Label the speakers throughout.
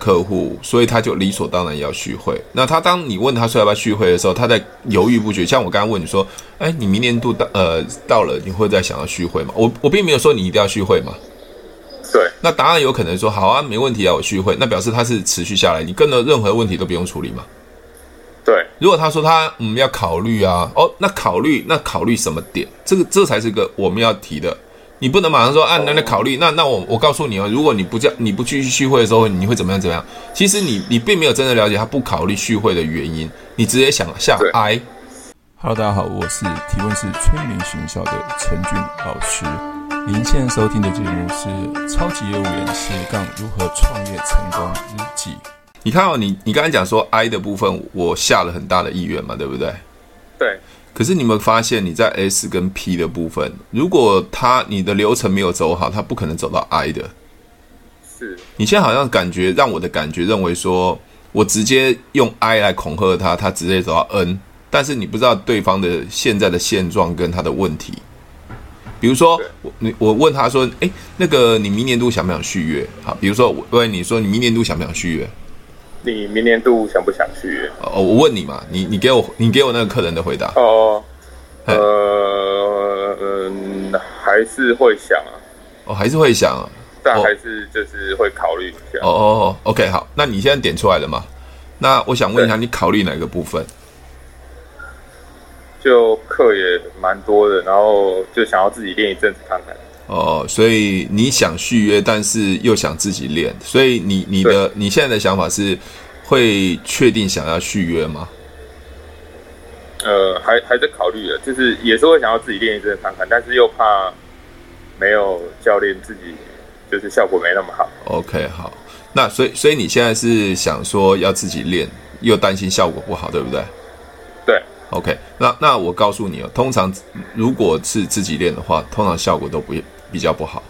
Speaker 1: 客户，所以他就理所当然要续会。那他当你问他说要不要续会的时候，他在犹豫不决。像我刚刚问你说，哎，你明年度到呃到了，你会再想要续会吗？我我并没有说你一定要续会嘛。
Speaker 2: 对，
Speaker 1: 那答案有可能说好啊，没问题啊，我续会。那表示他是持续下来，你跟的任何问题都不用处理嘛。
Speaker 2: 对，
Speaker 1: 如果他说他嗯要考虑啊，哦，那考虑那考虑什么点？这个这才是个我们要提的。你不能马上说啊，那那考虑那那我我告诉你哦，如果你不叫你不继续续会的时候，你会怎么样怎么样？其实你你并没有真的了解他不考虑续会的原因，你直接想下
Speaker 2: 对
Speaker 1: I。
Speaker 3: Hello，大家好，我是提问是催眠学校的陈俊老师。您现在收听的节目是《超级业务员斜杠如何创业成功日记》。
Speaker 1: 你看哦，你你刚才讲说 I 的部分，我下了很大的意愿嘛，对不对？
Speaker 2: 对，
Speaker 1: 可是你们发现你在 S 跟 P 的部分，如果他你的流程没有走好，他不可能走到 I 的。
Speaker 2: 是，
Speaker 1: 你现在好像感觉让我的感觉认为说，我直接用 I 来恐吓他，他直接走到 N，但是你不知道对方的现在的现状跟他的问题。比如说
Speaker 2: 对，
Speaker 1: 我你我问他说，诶，那个你明年度想不想续约？好，比如说我问你说，你明年度想不想续约？
Speaker 2: 你明年度想不想续约？
Speaker 1: 哦，我问你嘛，你你给我你给我那个客人的回答，
Speaker 2: 哦，呃，嗯，还是会想啊，
Speaker 1: 我、哦、还是会想啊，
Speaker 2: 但
Speaker 1: 哦
Speaker 2: 还是就是会考虑一下。
Speaker 1: 哦哦哦，OK，好，那你现在点出来了嘛？那我想问一下，你考虑哪个部分？
Speaker 2: 就课也蛮多的，然后就想要自己练一阵子看看。
Speaker 1: 哦，所以你想续约，但是又想自己练，所以你你的你现在的想法是会确定想要续约吗？
Speaker 2: 呃，还还在考虑的，就是也是会想要自己练一阵子看看，但是又怕没有教练自己就是效果没那么好。
Speaker 1: OK，好，那所以所以你现在是想说要自己练，又担心效果不好，对不对
Speaker 2: 对，
Speaker 1: ？OK，那那我告诉你哦，通常如果是自己练的话，通常效果都不比较不好。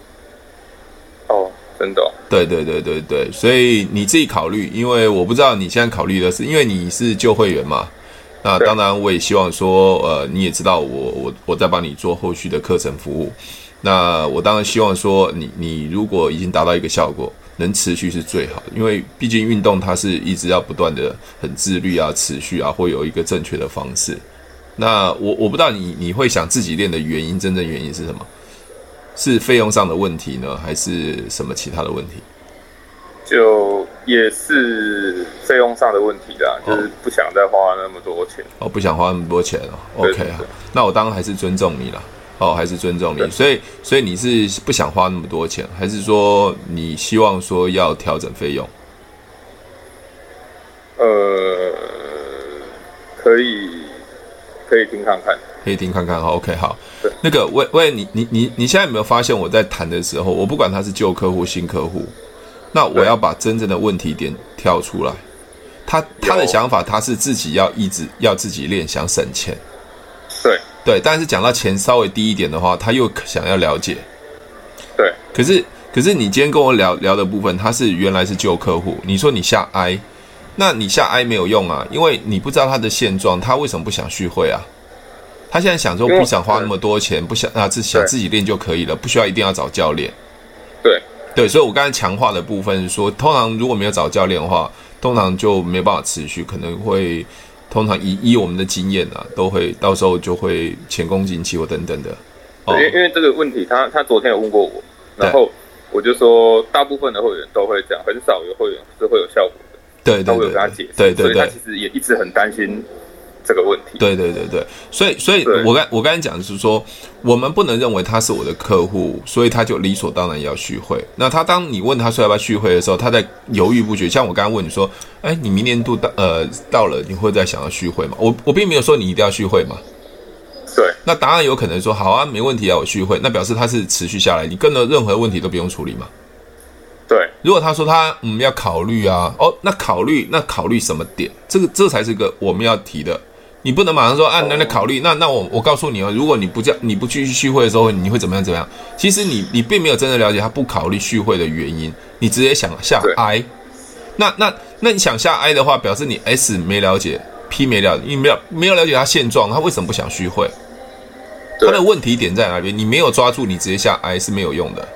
Speaker 2: 哦，真的哦、
Speaker 1: 对对对对对，所以你自己考虑，因为我不知道你现在考虑的是，因为你是旧会员嘛。那
Speaker 2: 对
Speaker 1: 当然，我也希望说，呃，你也知道我我我在帮你做后续的课程服务。那我当然希望说你，你如果已经达到一个效果，能持续是最好的，因为毕竟运动它是一直要不断的很自律啊、持续啊，会有一个正确的方式。那我我不知道你你会想自己练的原因，真正原因是什么？是费用上的问题呢，还是什么其他的问题？
Speaker 2: 就也是费用上的问题啦，
Speaker 1: 哦
Speaker 2: 就是不想再花那么多钱。
Speaker 1: 哦，不想花那么多钱哦。
Speaker 2: 对
Speaker 1: OK，
Speaker 2: 对
Speaker 1: 好，那我当然还是尊重你啦。哦，还是尊重你。
Speaker 2: 对
Speaker 1: 所以，所以你是不想花那么多钱，还是说你希望说要调整费用？
Speaker 2: 呃，可以可以听看看。
Speaker 1: 可以听看看哈。OK，好
Speaker 2: 对。
Speaker 1: 那个，喂喂，你你你你现在有没有发现我在谈的时候，我不管他是旧客户、新客户，那我
Speaker 2: 对
Speaker 1: 要把真正的问题点挑出来。他他的
Speaker 2: 有
Speaker 1: 想法，他是自己要一直要自己练，想省钱。
Speaker 2: 对
Speaker 1: 对，但是讲到钱稍微低一点的话，他又想要了解。
Speaker 2: 对
Speaker 1: 可是可是你今天跟我聊聊的部分，他是原来是旧客户，你说你下 I，那你下 I 没有用啊，因为你不知道他的现状，他为什么不想续会啊？他现在想说
Speaker 2: 因为
Speaker 1: 不想花那么多钱，不想啊自想自己练就可以了，不需要一定要找教练。
Speaker 2: 对
Speaker 1: 对，所以我刚才强化的部分是说，通常如果没有找教练的话，通常就没有办法持续，可能会通常以以我们的经验啊，都会到时候就会前功尽弃或等等的。哦
Speaker 2: 对，因为因为这个问题他，他昨天有问过我，然后我就说，大部分的会员都会这样，很少有会员是会有效果的。
Speaker 1: 对对
Speaker 2: 那
Speaker 1: 对
Speaker 2: 我有跟他解
Speaker 1: 对
Speaker 2: 释，
Speaker 1: 对对
Speaker 2: 所以他
Speaker 1: 对
Speaker 2: 其。实也一直很担心这个问题。
Speaker 1: 对对对对，所以所以
Speaker 2: 对
Speaker 1: 我刚我刚才讲的是说，我们不能认为他是我的客户，所以他就理所当然要续会。那他当你问他说要不要续会的时候，他在犹豫不决。像我刚刚问你说，哎，你明年度到呃到了，你会再想要续会吗？我我并没有说你一定要续会嘛。
Speaker 2: 对
Speaker 1: 那答案有可能说好啊，没问题啊，我续会。那表示他是持续下来，你跟的任何问题都不用处理嘛。
Speaker 2: 对
Speaker 1: 如果他说他嗯要考虑啊，哦，那考虑那考虑什么点？这个这才是个我们要提的。你不能马上说啊，那那考虑那那我我告诉你哦，如果你不叫你不继续续会的时候，你会怎么样怎么样？其实你你并没有真的了解他不考虑续会的原因，你直接想下
Speaker 2: 对
Speaker 1: I。那那那你想下 I 的话，表示你 S 没了解，P 没了解，你没有没有了解他现状，他为什么不想续会？
Speaker 2: 对
Speaker 1: 他的问题点在哪边？你没有抓住，你直接下 I 是没有用的。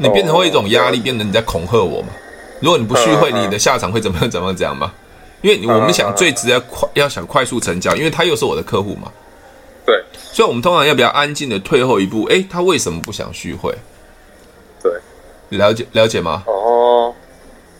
Speaker 1: 你变成会一种压力，
Speaker 2: 哦
Speaker 1: 变成你在恐吓我嘛？如果你不续会，
Speaker 2: 嗯嗯嗯嗯
Speaker 1: 你的下场会怎么样？ 怎么样？怎样嘛？因为我们想最直接快，要想快速成交，因为他又是我的客户嘛，
Speaker 2: 对
Speaker 1: 所以我们通常要比较安静的退后一步。诶，他为什么不想续会？
Speaker 2: 对，
Speaker 1: 了解了解吗？
Speaker 2: 哦，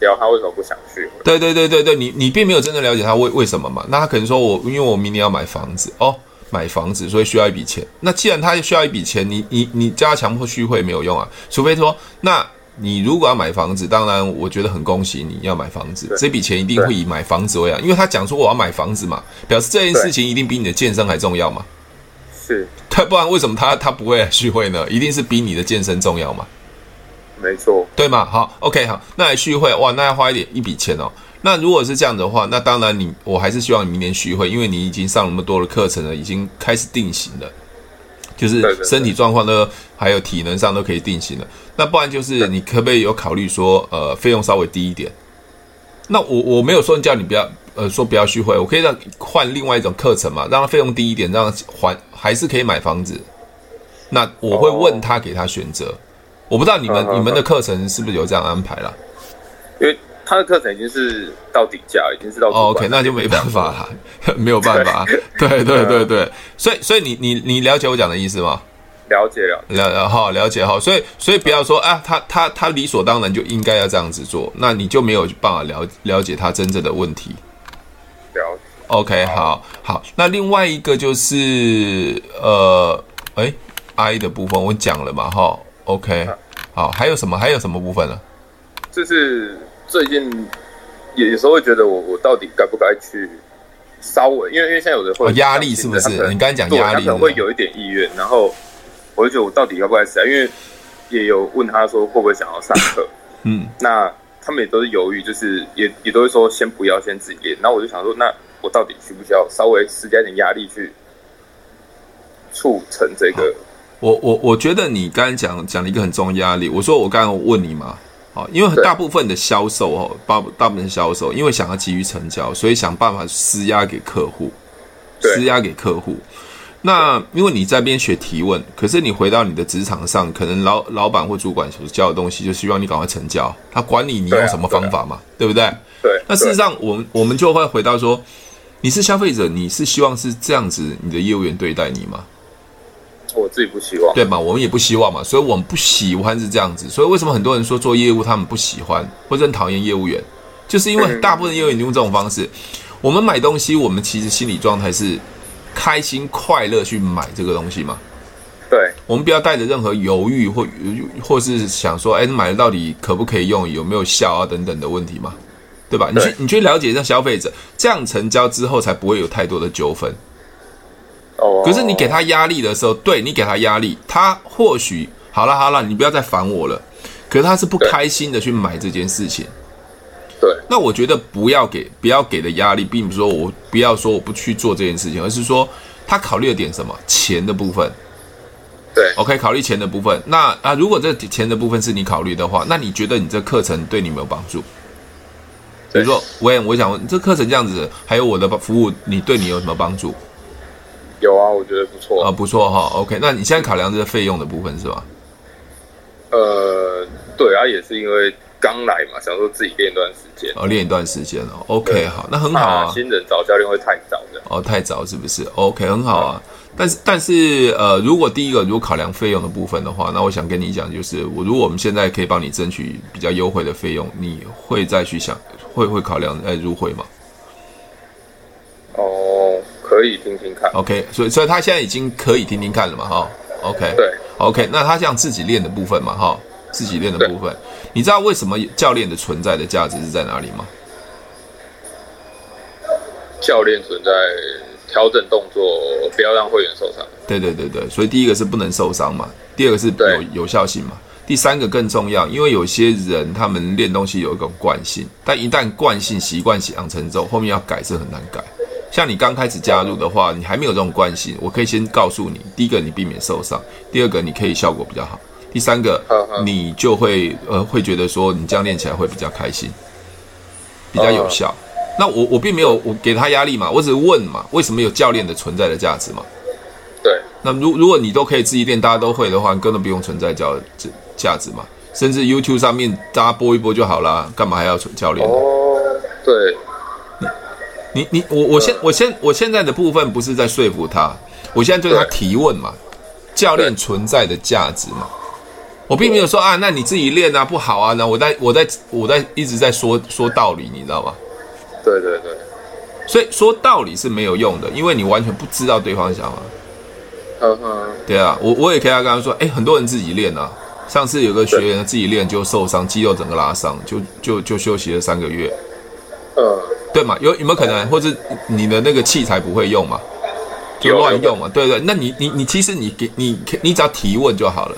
Speaker 2: 聊他为什么不想去？
Speaker 1: 对对对对对，你你并没有真的了解他为为什么嘛？那他可能说我因为我明年要买房子哦，买房子所以需要一笔钱。那既然他需要一笔钱，你你你叫他强迫续会没有用啊，除非说那。你如果要买房子，当然我觉得很恭喜你要买房子，
Speaker 2: 对
Speaker 1: 这笔钱一定会以买房子为啊，因为他讲说我要买房子嘛，表示这件事情一定比你的健身还重要嘛，
Speaker 2: 是，
Speaker 1: 对，不然为什么他他不会来续会呢？一定是比你的健身重要嘛。
Speaker 2: 没错，
Speaker 1: 对吗？好，OK，好，那来续会哇，那要花一点一笔钱哦。那如果是这样的话，那当然你我还是希望你明年续会，因为你已经上那么多的课程了，已经开始定型了，就
Speaker 2: 对
Speaker 1: 是
Speaker 2: 对对
Speaker 1: 身体状况呢，还有体能上都可以定型了。那不然就是你可不可以有考虑说，呃，费用稍微低一点？那我我没有说叫你不要，呃，说不要续会，我可以让换另外一种课程嘛，让它费用低一点，让它还还是可以买房子。那我会问他，给他选择。我不知道你们
Speaker 2: 嗯嗯嗯
Speaker 1: 你们的课程是不是有这样安排啦？
Speaker 2: 因为他的课程已经是到底价，已经是到
Speaker 1: 哦
Speaker 2: 主
Speaker 1: ，OK，
Speaker 2: 管
Speaker 1: 那就没办法啦， 没有办法。 对对对
Speaker 2: 啊
Speaker 1: 对，所以所以你你你了解我讲的意思吗？
Speaker 2: 了解了解，
Speaker 1: 了好了解好，所以所以不要说啊，他他他理所当然就应该要这样子做，那你就没有办法了了解他真正的问题。
Speaker 2: 了解。
Speaker 1: OK，好好，那另外一个就是呃，哎，I 的部分我讲了嘛，哈，OK，好，
Speaker 2: 啊
Speaker 1: 还有什么还有什么部分呢？
Speaker 2: 就是最近也有时候会觉得我我到底该不该去稍微，因为因为现在有的会
Speaker 1: 哦压力是不是
Speaker 2: 他可能
Speaker 1: 你刚才讲
Speaker 2: 对
Speaker 1: 压力
Speaker 2: 他可能会有一点意愿，然后我就觉得我到底该不该试啊？因为也有问他说会不会想要上课，
Speaker 1: 嗯，
Speaker 2: 那他们也都是犹豫，就是也也都会说先不要，先自己练。然后我就想说，那我到底需不需要稍微施加一点压力去促成这个？
Speaker 1: 我我我觉得你刚才讲讲了一个很重要的压力。我说我刚刚问你嘛，好，因为
Speaker 2: 对
Speaker 1: 大部分的销售哦，大大部分的销售因为想要急于成交，所以想办法施压给客户，
Speaker 2: 对
Speaker 1: 施压给客户。那因为你在边学提问，可是你回到你的职场上，可能老老板或主管所教的东西，就希望你赶快成交，他管你你
Speaker 2: 对啊
Speaker 1: 用什么方法嘛，对不对？
Speaker 2: 对，
Speaker 1: 那事实
Speaker 2: 对
Speaker 1: 上，我们我们就会回到说，你是消费者，你是希望是这样子，你的业务员对待你吗？
Speaker 2: 我自己不希望。
Speaker 1: 对嘛，我们也不希望嘛，所以我们不喜欢是这样子。所以为什么很多人说做业务他们不喜欢或者很讨厌业务员，就是因为
Speaker 2: 嗯
Speaker 1: 大部分业务员用这种方式。我们买东西，我们其实心理状态是开心快乐去买这个东西嘛。
Speaker 2: 对
Speaker 1: 我们不要带着任何犹豫或或是想说，哎，买了到底可不可以用，有没有效啊等等的问题嘛，对吧？你去
Speaker 2: 对
Speaker 1: 你去了解一下消费者，这样成交之后才不会有太多的纠纷。
Speaker 2: 哦，
Speaker 1: 可是你给他压力的时候，对你给他压力，他或许好了好了，你不要再烦我了。可是他是不开心的去买这件事情。
Speaker 2: 对
Speaker 1: 那我觉得不要给不要给的压力，并不是说我不要说我不去做这件事情，而是说他考虑了点什么钱的部分。
Speaker 2: 对
Speaker 1: OK，考虑钱的部分。那啊，如果这钱的部分是你考虑的话，那你觉得你这课程对你有没有帮助？比
Speaker 2: 对
Speaker 1: 如说，我也我想问，这课程这样子，还有我的服务，你对你有什么帮助？
Speaker 2: 有啊，我觉得不错。
Speaker 1: 啊，不错哈、OK，那你现在考量这个费用的部分是吧？
Speaker 2: 呃，对啊，也是因为刚来嘛，想说自己练一段时间。
Speaker 1: 哦，练一段时间哦。OK，
Speaker 2: 对
Speaker 1: 好，那很好
Speaker 2: 怕
Speaker 1: 啊。
Speaker 2: 新人找教练会太早的，
Speaker 1: 哦，太早是不是？OK，很好啊。但是但是呃，如果第一个如果考量费用的部分的话，那我想跟你讲，就是我如果我们现在可以帮你争取比较优惠的费用，你会再去想，会会考量呃入会吗
Speaker 2: 哦，可以听听看。
Speaker 1: ？OK，所以所以他现在已经可以听听看了嘛哈、OK，
Speaker 2: 对，
Speaker 1: OK，那他像自己练的部分嘛哈，自己练的部分，你知道为什么教练的存在的价值是在哪里吗？
Speaker 2: 教练存在调整动作，不要让会员受伤。
Speaker 1: 对对对对，所以第一个是不能受伤嘛，第二个是
Speaker 2: 对
Speaker 1: 有有效性嘛，第三个更重要，因为有些人他们练东西有一种惯性，但一旦惯性习惯养成之后，后面要改是很难改。像你刚开始加入的话，你还没有这种惯性，我可以先告诉你，第一个你避免受伤，第二个你可以效果比较好，第三个
Speaker 2: 嗯嗯
Speaker 1: 你就会呃会觉得说你这样练起来会比较开心，比较有效。那我我并没有我给他压力嘛，我只是问嘛，为什么有教练的存在的价值嘛？
Speaker 2: 对
Speaker 1: 那如如果你都可以自己练，大家都会的话，你根本不用存在价价值嘛。甚至 YouTube 上面大家播一播就好啦，干嘛还要教练？
Speaker 2: 哦，对，
Speaker 1: 你你我我现我现我现在的部分不是在说服他，我现在对他
Speaker 2: 对
Speaker 1: 提问嘛，教练存在的价值嘛。我并没有说啊，那你自己练啊不好啊，那我在我在我在一直在说说道理，你知道吗？
Speaker 2: 对对对，
Speaker 1: 所以说道理是没有用的，因为你完全不知道对方的想法。
Speaker 2: 嗯哼，
Speaker 1: 对啊，我我也可以跟他说，哎、很多人自己练啊。上次有个学员自己练就受伤，肌肉整个拉伤，就就就休息了三个月，
Speaker 2: 嗯，
Speaker 1: 对嘛？有有没有可能，或者你的那个器材不会用嘛，就
Speaker 2: 有
Speaker 1: 乱用嘛？对对，那你你你其实你给你你只要提问就好了，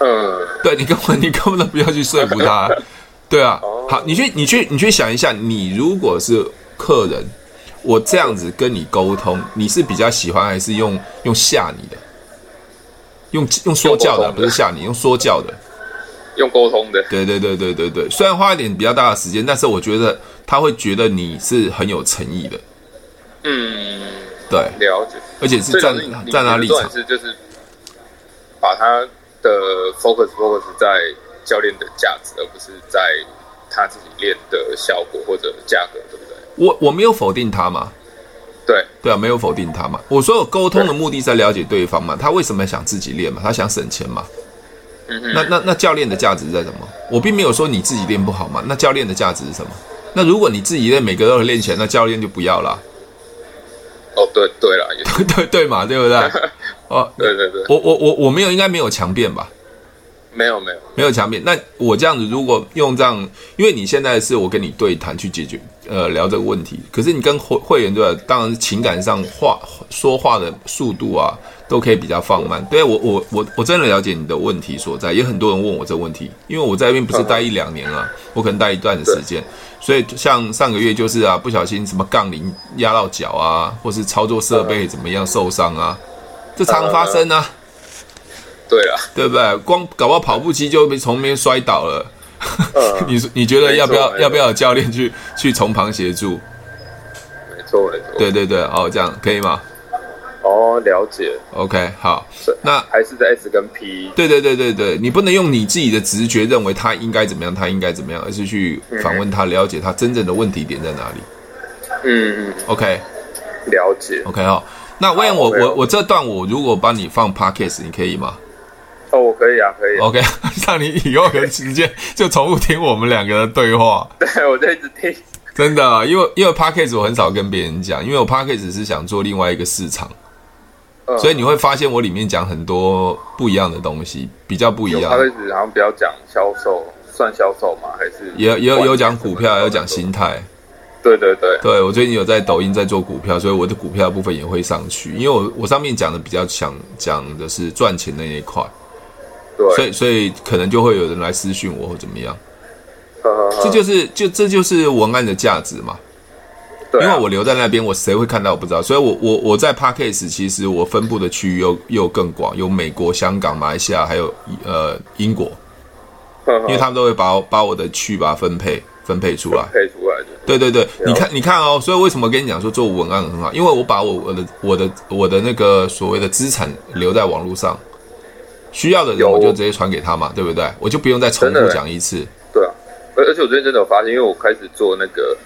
Speaker 2: 嗯，
Speaker 1: 对你根本你根本都不要去说服他，对啊
Speaker 2: 哦。
Speaker 1: 好，你去你去你去想一下，你如果是客人，我这样子跟你沟通，你是比较喜欢还是用用吓你的，用用说教的，啊
Speaker 2: 用沟通的
Speaker 1: 不是吓你，用说教的。
Speaker 2: 用沟通的，
Speaker 1: 对对对对对对，虽然花一点比较大的时间，但是我觉得他会觉得你是很有诚意的，
Speaker 2: 嗯，
Speaker 1: 对，
Speaker 2: 了解。
Speaker 1: 而且是
Speaker 2: 所以
Speaker 1: 站
Speaker 2: 老师你
Speaker 1: 站他立场
Speaker 2: 你的重点。是就是把他的 focus focus 在教练的价值，而不是在他自己练的效果或者价格，对不对？
Speaker 1: 我我没有否定他嘛，
Speaker 2: 对，
Speaker 1: 对啊，没有否定他嘛。我所有沟通的目的是在了解对方嘛，他为什么想自己练嘛？他想省钱嘛？
Speaker 2: 嗯
Speaker 1: 那
Speaker 2: 哼，
Speaker 1: 那那教练的价值在什么？我并没有说你自己练不好嘛，那教练的价值是什么？那如果你自己练每个都练起来，那教练就不要啦，
Speaker 2: 哦，对对了，也
Speaker 1: 对对对嘛，对 不对？哦，
Speaker 2: 对对对，
Speaker 1: 我我我我没有应该没有强辩吧？
Speaker 2: 没有没有，
Speaker 1: 没有强辩。那我这样子，如果用这样，因为你现在是我跟你对谈去解决，呃，聊这个问题。可是你跟会会员对吧？当然是情感上话说话的速度啊，都可以比较放慢。对我我我我真的了解你的问题所在，也很多人问我这个问题，因为我在那边不是待一两年啊，我可能待一段时间。所以像上个月就是啊，不小心什么杠铃压到脚啊，或是操作设备怎么样受伤啊，这常发生啊。
Speaker 2: 对了，
Speaker 1: 对不对？光搞不好跑步机就被从那边摔倒了。
Speaker 2: 嗯
Speaker 1: 你你觉得要不
Speaker 2: 没
Speaker 1: 要
Speaker 2: 错
Speaker 1: 要不要有教练去去从旁协助？
Speaker 2: 没错没错，
Speaker 1: 对对对，哦，这样可以吗
Speaker 2: 哦，了解，
Speaker 1: ？OK，好
Speaker 2: 是。
Speaker 1: 那
Speaker 2: 还是在 S 跟 P，
Speaker 1: 对对对对对，你不能用你自己的直觉认为他应该怎么样，他应该怎么样，而是去访问他，了解他真正的问题点在哪里。
Speaker 2: 嗯嗯，
Speaker 1: OK
Speaker 2: 了解，
Speaker 1: OK 哦。那万一我
Speaker 2: 好没有
Speaker 1: 我我这段我如果帮你放 podcast，你可以吗
Speaker 2: 哦，我可以啊，可以啊，
Speaker 1: ？OK，让 你以后有时间就重复听我们两个的对话。
Speaker 2: 对我在一直听，
Speaker 1: 真的，因为因为 podcast 我很少跟别人讲，因为我 podcast 是想做另外一个市场，
Speaker 2: 嗯
Speaker 1: 所以你会发现我里面讲很多不一样的东西，比较不一
Speaker 2: 有
Speaker 1: 样
Speaker 2: 他。开始好像比较讲销售，算销售吗？还是
Speaker 1: 也也有有讲股票，也有
Speaker 2: 有
Speaker 1: 讲，心态。
Speaker 2: 对对对，
Speaker 1: 对我最近有在抖音在做股票，所以我的股票的部分也会上去，因为我我上面讲的比较想讲的是赚钱的那一块，
Speaker 2: 对，
Speaker 1: 所以所以可能就会有人来私讯我或怎么样，
Speaker 2: 这
Speaker 1: 这
Speaker 2: 嗯
Speaker 1: 就是就这就是文案的价值嘛。
Speaker 2: 对
Speaker 1: 因
Speaker 2: 啊
Speaker 1: 为我留在那边，我谁会看到我不知道，所以我我我在 Parkes 其实我分布的区域又又更广，有美国、香港、马来西亚，还有呃英国，
Speaker 2: 因
Speaker 1: 因为他们都会把我把我的区把它分配分配出来。
Speaker 2: 配出来的，
Speaker 1: 对对对，
Speaker 2: 解
Speaker 1: 你看你看哦，所以为什么跟你讲说做文案很好？因为我把我我的我的我的那个所谓的资产留在网络上，需要的人
Speaker 2: 有
Speaker 1: 我就直接传给他嘛，对不对？我就不用再重
Speaker 2: 真
Speaker 1: 复
Speaker 2: 的欸
Speaker 1: 讲一次。
Speaker 2: 对啊。而而且我最近真的有发现，因为我开始做那个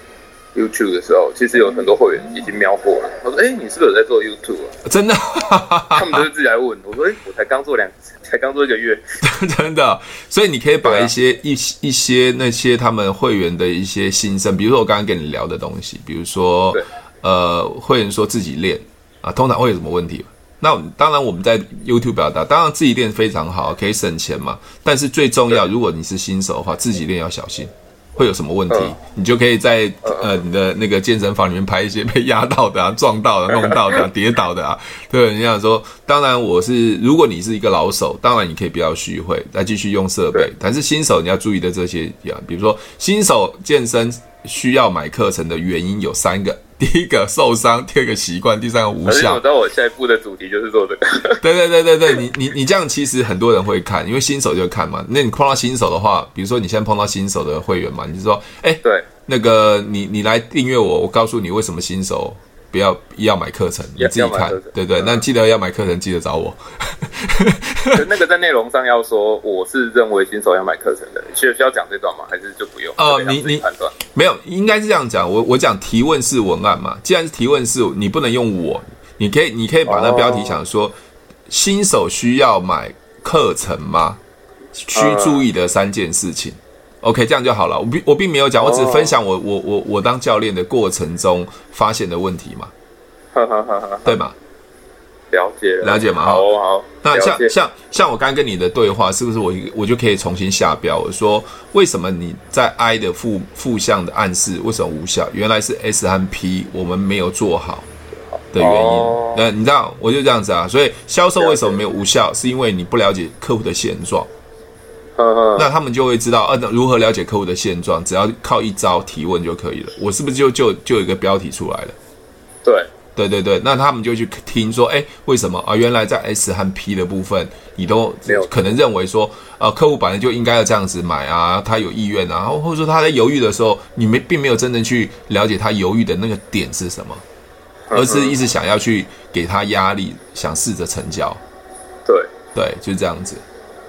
Speaker 2: YouTube 的时候，其实有很多会员已经瞄过了，他说：“哎、你是不是有在做 YouTube 啊
Speaker 1: 真的，？”
Speaker 2: 他们都是自己来问我说：“哎、我才刚做两，才刚做一个月。
Speaker 1: 真的，所以你可以把
Speaker 2: 对啊
Speaker 1: 一些、一些一些那些他们会员的一些心声，比如说我刚刚跟你聊的东西，比如说
Speaker 2: 对
Speaker 1: 呃，会员说自己练啊，通常会有什么问题？那当然我们在 YouTube 表达，当然自己练非常好，可以省钱嘛。但是最重要，如果你是新手的话，自己练要小心。会有什么问题？
Speaker 2: 嗯
Speaker 1: 你就可以在呃你的那个健身房里面拍一些 被压到 的啊、撞到的、弄到的、啊、跌倒的啊。对，人家说，当然我是，如果你是一个老手，当然你可以不要虚会，再继续用设备
Speaker 2: 对。
Speaker 1: 但是新手你要注意的这些呀，比如说新手健身需要买课程的原因有三个： 第一个受伤，第二个习惯，第三个”无
Speaker 2: 而且我
Speaker 1: 效
Speaker 2: 知。道我下一步的主题就是做这个，
Speaker 1: 对对对对对，你你你这样其实很多人会看，因为新手就看嘛。那你碰到新手的话，比如说你现在碰到新手的会员嘛，你就说，哎、
Speaker 2: 对，
Speaker 1: 那个你你来订阅我，我告诉你为什么新手不要要买课程，你
Speaker 2: 要
Speaker 1: 自己
Speaker 2: 要买
Speaker 1: 看
Speaker 2: 课程，
Speaker 1: 对不对？
Speaker 2: 嗯
Speaker 1: 那记得要买课程，记得找我。
Speaker 2: 就那个在内容上要说，我是认为新手要买课程的，需需要讲这段吗？还是就不用？
Speaker 1: 哦
Speaker 2: 就让
Speaker 1: 你
Speaker 2: 自己
Speaker 1: 你
Speaker 2: 判断。
Speaker 1: 没有，应该是这样讲。我我讲提问式文案嘛，既然是提问式，你不能用我，你可以你可以把那标题想
Speaker 2: 哦
Speaker 1: 说，新手需要买课程吗？需注意的三件事
Speaker 2: 嗯
Speaker 1: 情。OK，这样就好了。我并我并没有讲，我只
Speaker 2: 哦
Speaker 1: 是分享我我我我当教练的过程中发现的问题嘛，
Speaker 2: 哈哈哈哈，
Speaker 1: 对吗？
Speaker 2: 了解
Speaker 1: 了解嘛
Speaker 2: 好哦好哦，
Speaker 1: 那
Speaker 2: 了
Speaker 1: 像
Speaker 2: 解
Speaker 1: 像像我刚跟你的对话，是不是我我就可以重新下标？我说为什么你在 I 的负负向的暗示为什么无效？原来是 S 和 P 我们没有做好的原因
Speaker 2: 哦。
Speaker 1: 那、你知道，我就这样子啊。所以销售
Speaker 2: 了解
Speaker 1: 为什么没有无效，是因为你不了解客户的现状。
Speaker 2: 呵呵，
Speaker 1: 那他们就会知道，呃、那如何了解客户的现状，只要靠一招提问就可以了。我是不是就就就有一个标题出来了？
Speaker 2: 对，
Speaker 1: 对对对，那他们就去听说，哎，为什么啊？原来在 S 和 P 的部分，你都
Speaker 2: 没有
Speaker 1: 可能认为说，呃，客户本来就应该要这样子买啊，他有意愿啊，或或者说他在犹豫的时候，你没并没有真正去了解他犹豫的那个点是什么，
Speaker 2: 嗯
Speaker 1: 而是一直想要去给他压力，想试着成交，
Speaker 2: 对，
Speaker 1: 对，就是这样子。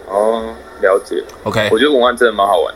Speaker 2: 哦，了解。
Speaker 1: OK，
Speaker 2: 我觉得文案真的蛮好玩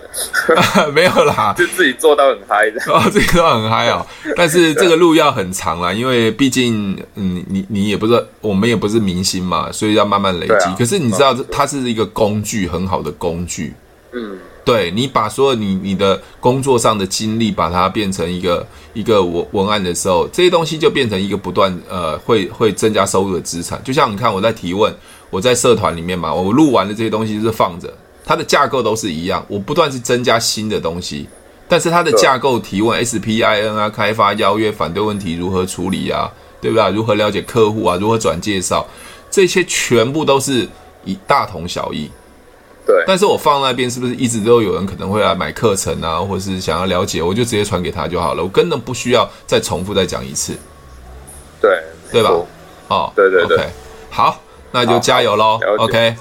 Speaker 2: 的，
Speaker 1: 没有啦，
Speaker 2: 就自己做到很嗨的。
Speaker 1: 哦，这个都很嗨哦，但是这个路要很长啦，因为毕竟，嗯，你你也不是，我们也不是明星嘛，所以要慢慢累
Speaker 2: 对
Speaker 1: 积。
Speaker 2: 啊
Speaker 1: 可是你知道，这它是一个工具，很好的工具。
Speaker 2: 嗯，
Speaker 1: 对你把所有你你的工作上的经历，把它变成一个一个文文案的时候，这些东西就变成一个不断呃会会增加收入的资产。就像你看我在提问，我在社团里面嘛，我录完的这些东西就是放着，它的架构都是一样，我不断是增加新的东西，但是它的架构提问 SPIN 啊，开发邀约、反对问题如何处理啊，对吧？如何了解客户啊，如何转介绍，这些全部都是一大同小异。
Speaker 2: 对，
Speaker 1: 但是我放那边是不是一直都有人可能会来买课程啊，或者是想要了解，我就直接传给他就好了，我根本不需要再重复再讲一次
Speaker 2: 对，
Speaker 1: 对吧
Speaker 2: 没错
Speaker 1: 哦。
Speaker 2: 对对对
Speaker 1: o k 好，那就加油喽
Speaker 2: 好了解
Speaker 1: ，OK，